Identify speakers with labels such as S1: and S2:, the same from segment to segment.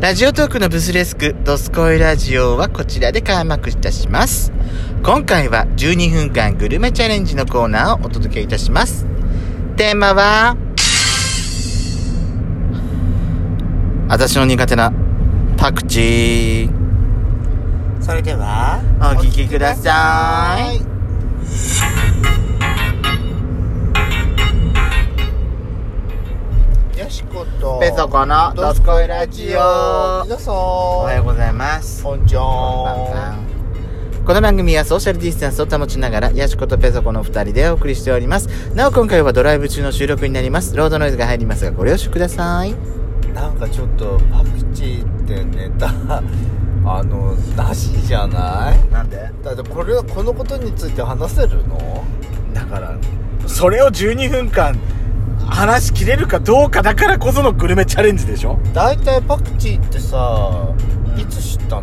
S1: ラジオトークのブスレスク、ドスコイラジオはこちらで開幕いたします。今回は12分間グルメチャレンジのコーナーをお届けいたします。テーマは、私の苦手なパクチー。
S2: それでは
S1: お聞きください。
S2: よしこと
S1: ペソコのドスコイラジオ。
S2: 皆さん
S1: お
S2: お
S1: はようございます。
S2: こんにちは
S1: この番組はソーシャルディスタンスを保ちながら、ヤシコとペソコの2人でお送りしております。なお今回はドライブ中の収録になります。ロードノイズが入りますが、ご了承ください。
S2: なんかちょっとパクチーってネタ あのなしじゃない
S1: なんで
S2: だってこれはこのことについて話せるの
S1: だから、それを12分間話し切れるかどうかだからこそのグルメチャレンジでしょ
S2: 大体パクチーってさ
S1: うん
S2: いつ知ったの、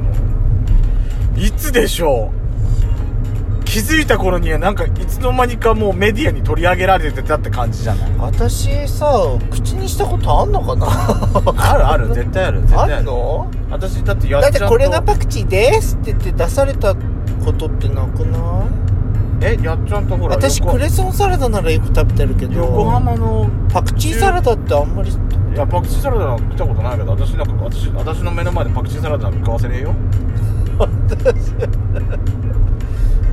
S3: いつでしょう気づいた頃にはなんかいつの間にかもうメディアに取り上げられてたって感じじゃない
S2: 私さ口にしたことあんのかな
S3: あるある絶対ある絶 対
S2: あ
S3: ある
S2: るの
S3: 私だってやっ
S2: だっ
S3: ち
S2: て
S3: ゃんと
S2: これがパクチーですって言って出されたことってなくない
S3: えやっちゃんとほら
S2: 私
S3: 横
S2: クレソンサラダならよく食べてるけど
S3: 横浜の
S2: パクチーサラダってあんまり
S3: いやパクチーサラダは食ったことないけど私なんか私私の目の前でパクチーサラダは見かわせねえよ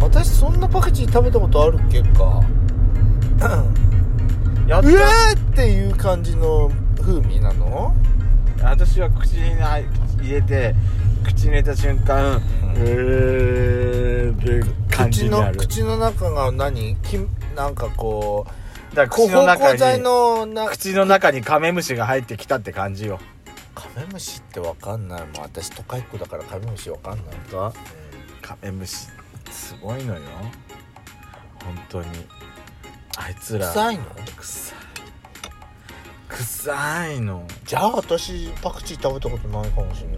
S2: 私そんなパクチー食べたことあるっけか
S3: やっ
S2: う
S3: ち
S2: わ
S3: ゃ
S2: ー
S3: ん
S2: っていう感じの風味なの
S3: 私は口に入入れて口に入れた瞬間うーんって感じ
S2: 口
S3: にな
S2: の
S3: る
S2: 口の中が何きなんかこう
S3: だから
S2: 口
S3: 口の中
S2: 剤
S3: に
S2: のな
S3: 口の中にカメムシが入ってきたって感じよ
S2: カメムシってわかんないもん私都会っ子だからカメムシわかんないか
S3: カメムシすごいのよ本当にあいつら
S2: 臭いの
S3: 臭い臭いの
S2: じゃあ私パクチー食べたことないかもしれな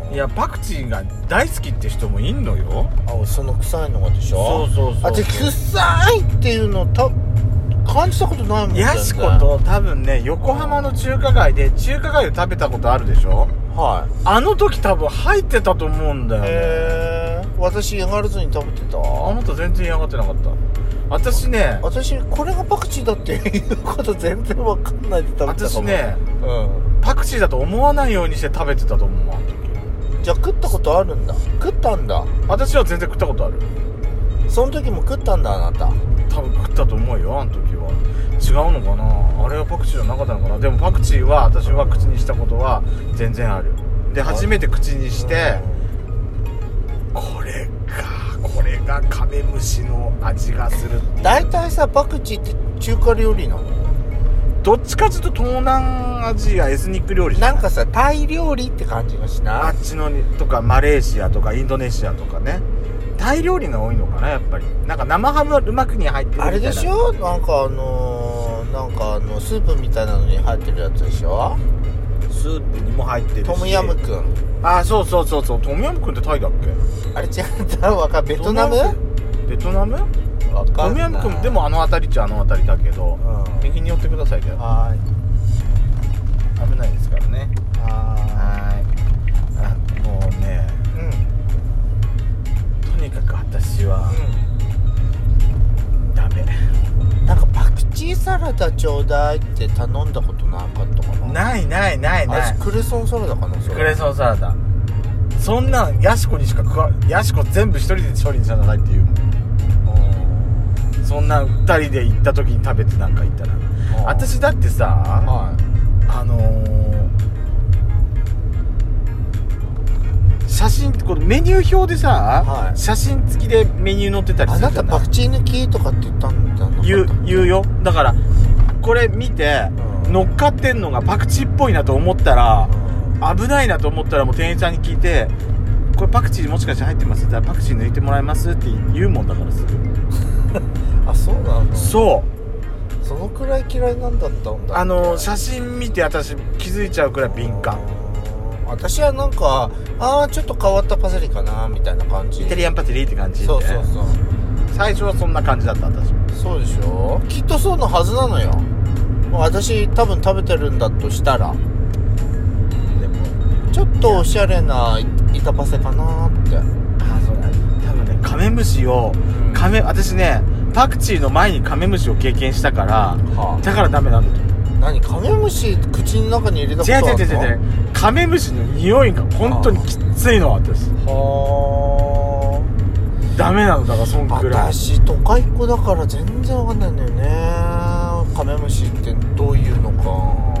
S2: いない
S3: いやパクチーが大好きって人もいんのよ
S2: あその臭いのがでしょ
S3: そうそうそう
S2: あじゃあ臭いっていうのた感じたことないもん
S3: ヤシコと多分ね横浜の中華街で中華街を食べたことあるでしょ
S2: はい
S3: あの時多分入ってたと思うんだよね
S2: へえ私嫌がらずに食べてた
S3: あなた全然嫌がってなかった私ね
S2: 私これがパクチーだって いうこと全然わかんないで食べてたかも
S3: 私ね
S2: う
S3: パクチーだと思わないようにして食べてたと思うあの時
S2: んじゃあ食ったことあるんだ食ったんだ
S3: 私は全然食ったことある
S2: その時も食ったんだあなた
S3: 多分食ったと思うよあの時は違うのかなあれはパクチーじゃなかったのかなでもパクチーは私は口にしたことは全然あるで
S2: はい
S3: 初めて口にしてこれかこれがカメムシの味がするっていう
S2: 大体さパクチーって中華料理なの
S3: どっちかっていうと東南アジアエスニック料理じゃ
S2: ないんかさタイ料理って感じがし
S3: あ
S2: な
S3: っちのにとかマレーシアとかインドネシアとかねタイ料理が多いのかなやっぱりなんか生ハムはうまくに入ってるみ
S2: あ
S3: たいな
S2: れでしょなんかあのー、なんかあのスープみたいなのに入ってるやつでしょ
S3: スープにも入ってるし
S2: トムヤムクン
S3: あそうそうそうそうトムヤムクンってタイだっけ
S2: あれ違ったわかんベトナム
S3: ベトナム
S2: わか
S3: ト
S2: ん
S3: ム
S2: な
S3: ヤ
S2: い
S3: ムクンでもあの辺りっちゃあの辺りだけど
S2: うん
S3: 右に寄ってくださいね
S2: はーい
S3: 危ないですからね
S2: は
S3: はーいあもうね
S2: ーいうん
S3: とにかく私はダメ
S2: うんなんかパクチーサラダちょうだいって頼んだことなかったかな
S3: ないないないな
S2: 私
S3: い
S2: クレソンサラダかなそれ
S3: クレソンサラダそんなんヤシコにしか食わヤシコ全部一人で処理しなさいって言うもんそんな二人で行った時に食べてなんか行ったら
S2: あ
S3: 私だってさ
S2: は
S3: あのー写真これメニュー表でさ、
S2: はい
S3: 写真付きでメニュー載ってた
S2: い
S3: り
S2: あ
S3: する
S2: な
S3: じゃ
S2: た
S3: ない
S2: パクチー抜きとかって言ったんじゃなかった
S3: 言う言うよだからこれ見て、
S2: うん
S3: 乗っかってんのがパクチーっぽいなと思ったら、危ないなと思ったらもう店員さんに聞いて「これパクチーもしかして入ってます?」って言ったら「パクチー抜いてもらえます?」って言うもんだからすぐ
S2: あそうなのそ
S3: そう
S2: のくらい嫌いなんだったんだ
S3: あの写真見て私気づいちゃうくらい敏感
S2: うん私はなんかああちょっと変わったパセリかなみたいな感じ
S3: イタリアンパティリーって感じで
S2: そうそうそう
S3: 最初はそんな感じだった私も
S2: そうでしょきっとそうのはずなのよ私多分食べてるんだとしたら
S3: でも
S2: ちょっっとおしゃれな板パセかなって
S3: あそうだ多分ねカメムシを
S2: うん
S3: カメ私ねパクチーの前にカメムシを経験したから
S2: は
S3: だからダメなんだと思う
S2: あ、何カメムシ口の中に入れたこと
S3: 違
S2: あ
S3: う
S2: るの
S3: 違う違う違うカメムシの匂いが本当にきついの私
S2: はあ
S3: ダメなのだからそんくらい
S2: 私都会っ子だから全然わかんないんだよねカメムシってどういうのか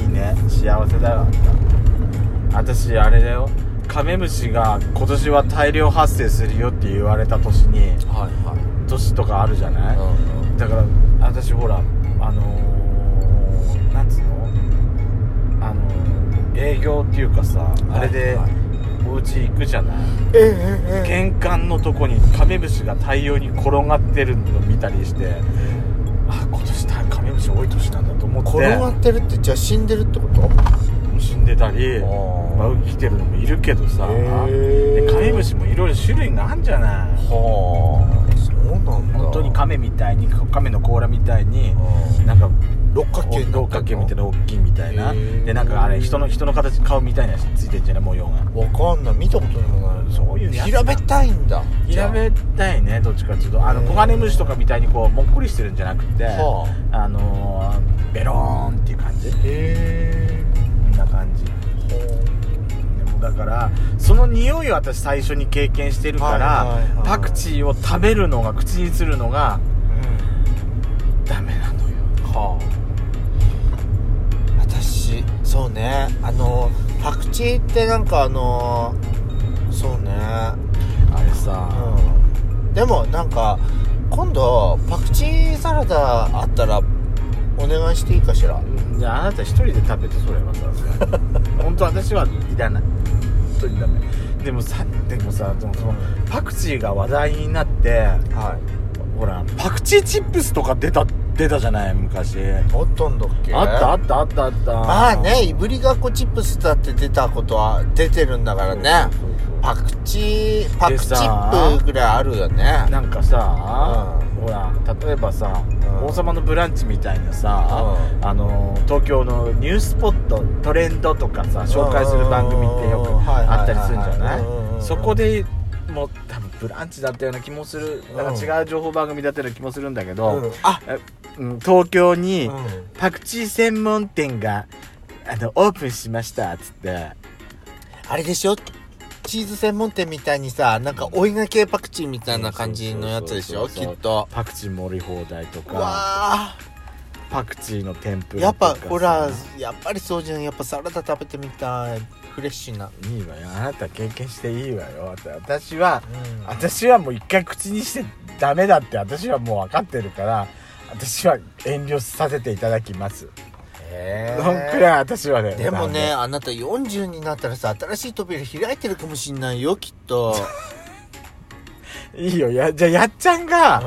S3: いいね幸せだよあんた私あれだよカメムシが今年は大量発生するよって言われた年に
S2: はいはい
S3: 年とかあるじゃない、
S2: うん
S3: だから私ほらあのー、なんつうのあのー、営業っていうかさあれで
S2: はいはい
S3: お家行くじゃない、
S2: ええええ
S3: 玄関のとこにカメムシが大量に転がってるの見たりしてあ今年たカメムシ多い年なんだと思って
S2: 転がってるってじゃあ死んでるってこと
S3: 死んでたり
S2: あー
S3: まあ生きてるのもいるけどさ
S2: へー
S3: でカメムシもいろいろ種類があるんじゃない
S2: はあそうなんだ
S3: 本当にカメみたいにカメの甲羅みたいに
S2: うん
S3: なんか
S2: 六角形になってんの
S3: 六角形みたいな大きいみたいな
S2: へー
S3: でなんかあれ人の人の形顔みたいなやつついてんじゃない模様が
S2: わかんない見たこともない
S3: そういうやつ
S2: 平べったいんだ
S3: 平べったいねどっちかっていうとあの
S2: へー
S3: コガネムシとかみたいにこうもっこりしてるんじゃなくて
S2: は
S3: あのーベローンっていう感じこ
S2: へ
S3: んな感じでもだからその匂いを私最初に経験してるから、
S2: はいはいはい
S3: パクチーを食べるのが口にするのがダメなのよ
S2: はあ私そうねあのパクチーってなんかあのそうね
S3: あれさ、
S2: うんでもなんか今度パクチーサラダあったらお願いしていいかしら
S3: じゃああなた一人で食べてそれ はさ本当私はいらない本当にダメでもさでもさでもそのパクチーが話題になって
S2: はい
S3: ほらパクチーチップスとか出た出たじゃない昔
S2: おったんだっけ
S3: あったあったあったあった
S2: まあねいぶりがっこチップスだって出たことは出てるんだからね
S3: そうそうそう
S2: パクチーパクチ
S3: で
S2: ッ
S3: さ
S2: プぐらいあるよね
S3: なんかさ、
S2: う
S3: ほら例えばさ、
S2: ん
S3: 王様のブランチ」みたいなさ、あのー東京のニュースポットトレンドとかさ紹介する番組ってよく
S2: うんはいはいはいはい
S3: あったりするんじゃない
S2: うん
S3: そこでもう多分ブランチだったような気もするなんか違う情報番組だったような気もするんだけど、
S2: うんあ
S3: えうん東京に
S2: うん
S3: パクチー専門店があのオープンしましたっつって
S2: あれでしょチーズ専門店みたいにさなんか追いがけパクチーみたいな感じのやつでしょ
S3: そうそう
S2: き
S3: そうそう
S2: っと
S3: パクチー盛り放題と
S2: う
S3: か
S2: わあ
S3: パクチーの天ぷ
S2: や
S3: ら
S2: っ
S3: とか
S2: ぱ
S3: さ
S2: ほらやっぱりそうじゃんやっぱサラダ食べてみたいフレッシュな、
S3: いいわよあなた経験していいわよって私は
S2: うん
S3: 私はもう一回口にしてダメだって私はもう分かってるから私は遠慮させていただきますそ
S2: へ
S3: ん
S2: ー
S3: くらい私はね
S2: でもねあなた40になったらさ新しい扉開いてるかもしんないよきっと、
S3: ダメいいよやじゃあやっちゃん
S2: う
S3: が
S2: ん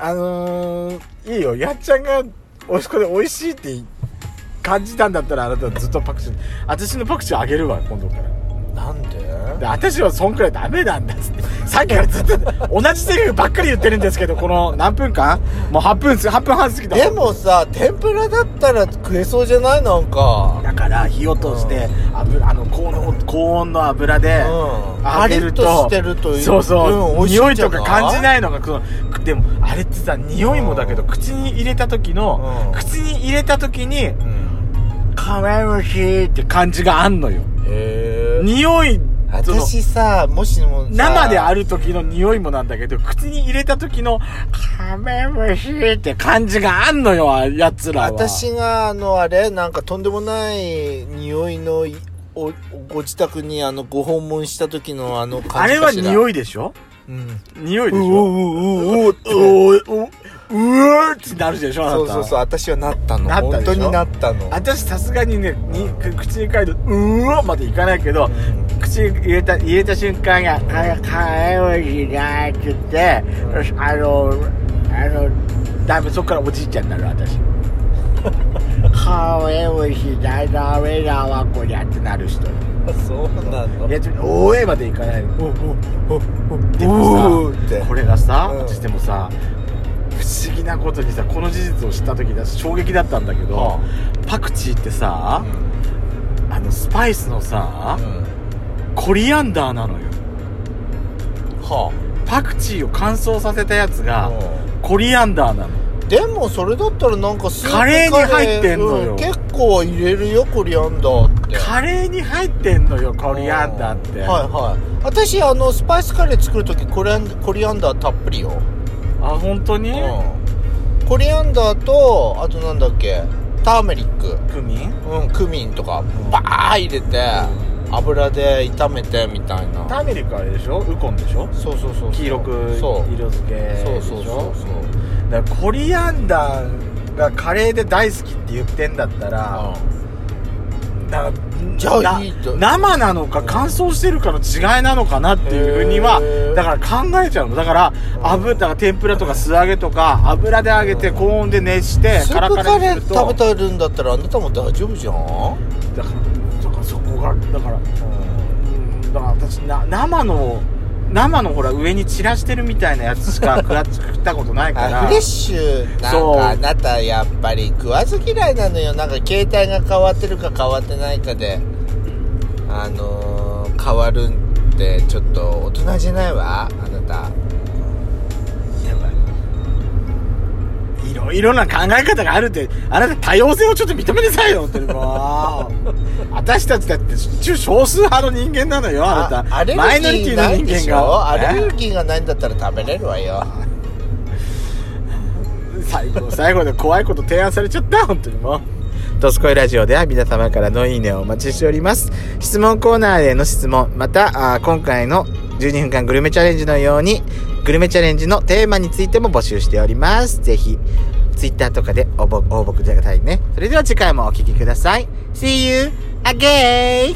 S3: あのー、いいよやっちゃんがおしこで美味しいって感じたんだったらあなたずっとパクチー私のパクチーあげるわ今度から
S2: なんで
S3: で私はそんくらいダメなんだっつってさっきからずっと同じセリフばっかり言ってるんですけどこの何分間もう8分す8分半過ぎた
S2: でもさ天ぷらだったら食えそうじゃないなんか
S3: だから火を通して油あの高温高温の油で
S2: うん
S3: 揚げると,、
S2: パリッとしてるという
S3: そうそう、
S2: うん美味しい
S3: 匂
S2: ん
S3: い
S2: じゃ
S3: と
S2: ない
S3: か感じないのがそのでもあれってさ匂いもだけど、
S2: うん
S3: 口に入れた時
S2: う
S3: の、
S2: ん
S3: 口に入れた時に
S2: うん
S3: カメムシって感じがあんのよ
S2: へえ
S3: 匂いその
S2: 私さもしもさ
S3: 生である時の匂いもなんだけど、口に入れた時の、カメムシって感じがあんのよ、あやつらは。
S2: 私があのあれなんかとんでもない匂いのいおご自宅にあのご訪問した時のあの感じ
S3: あれは
S2: い、
S3: 匂いでしょ
S2: うん、
S3: 匂いで
S2: う
S3: し
S2: おうお
S3: ょ
S2: うおうおうって
S3: おーおーうわーってなるでしょ、あなた。
S2: そうそうそう私はなったの
S3: なった
S2: 本
S3: でし
S2: 当
S3: ょ
S2: になったの
S3: 私さすがにね、に口に帰ると、うわーまでいかないけど、口に入れた、入れた瞬間が、あカメムシがって言って、あの、あの、だいぶそこからおじいちゃんになる、私。カメムシだ、ダメだわ、こりゃってなる人。
S2: そうなの
S3: いや、ちょっとおえまでいかないの。
S2: おうおうおう
S3: でも
S2: おうって
S3: さ、これがさ、
S2: うん
S3: 私でもさ、不思議なことにさ、この事実を知った時だ衝撃だったんだけど、パクチーってさ、あののスパイスのさ、コリアンダーなのよ
S2: は
S3: パクチーを乾燥させたやつ
S2: あ
S3: が
S2: う
S3: コリアンダーなの
S2: んでもそれだったらなんかスープ
S3: カレーに入ってんのよ
S2: う結構入れるよコリアンダーって
S3: カレーに入ってんのよコリアンダーって、
S2: はいはい私あのスパイスカレー作る時コリアンコリアンダーたっぷりよ、
S3: あ本当に、
S2: うん、コリアンダーとあとなんだっけターメリック、
S3: クミン
S2: うん、クミンとかバー入れて油で炒めてみたいな
S3: ターメリックあれでしょウコンでしょ
S2: そうそうそうそう
S3: 黄色く
S2: そ
S3: 色
S2: う
S3: 付けでし
S2: そ
S3: ょ
S2: うそうそうそう
S3: だからコリアンダーがカレーで大好きって言ってんだったら、だから
S2: じゃあ
S3: ない
S2: いと
S3: 生なのか乾燥してるかの違いなのかなっていうふうには
S2: へー
S3: だから考えちゃうのだから
S2: うん
S3: 油だから天ぷらとか素揚げとか油で揚げて
S2: うん
S3: 高温で熱して
S2: ス
S3: カラ
S2: ープ
S3: カ
S2: カ
S3: ラに
S2: レ
S3: す
S2: ー
S3: ると
S2: 食べたるんだったらあなたも大丈夫じゃん、
S3: だからだからそこがだからうんだから私な生の生のほら上に散らしてるみたいなやつしか 食わ食ったことないから
S2: あフレッシュなん
S3: そう
S2: かあなたやっぱり食わず嫌いなのよなんか携帯が変わってるか変わってないかであのー、変わるんってちょっと大人じゃないわあなた
S3: やばいいろいろな考え方があるってあなた多様性をちょっと認めなさいよ本当にも う私たちだって中少数派の人間なのよあなた
S2: アレル
S3: マイノ
S2: ギ
S3: リテ
S2: ー
S3: ィ
S2: な
S3: の
S2: いんで
S3: 人
S2: し
S3: 間
S2: ょ
S3: が
S2: アレル
S3: ね
S2: ギーがないんだったら食べれるわよ
S3: 最後の最後で怖いこと提案されちゃった本当にもう
S1: ドスコイラジオでは皆様からのいいねをお待ちしております。質問コーナーへの質問、また、あー今回の12分間グルメチャレンジのように、グルメチャレンジのテーマについても募集しております。ぜひ、ツイッターとかで応募応募くださいね。それでは次回もお聴きください。See you again!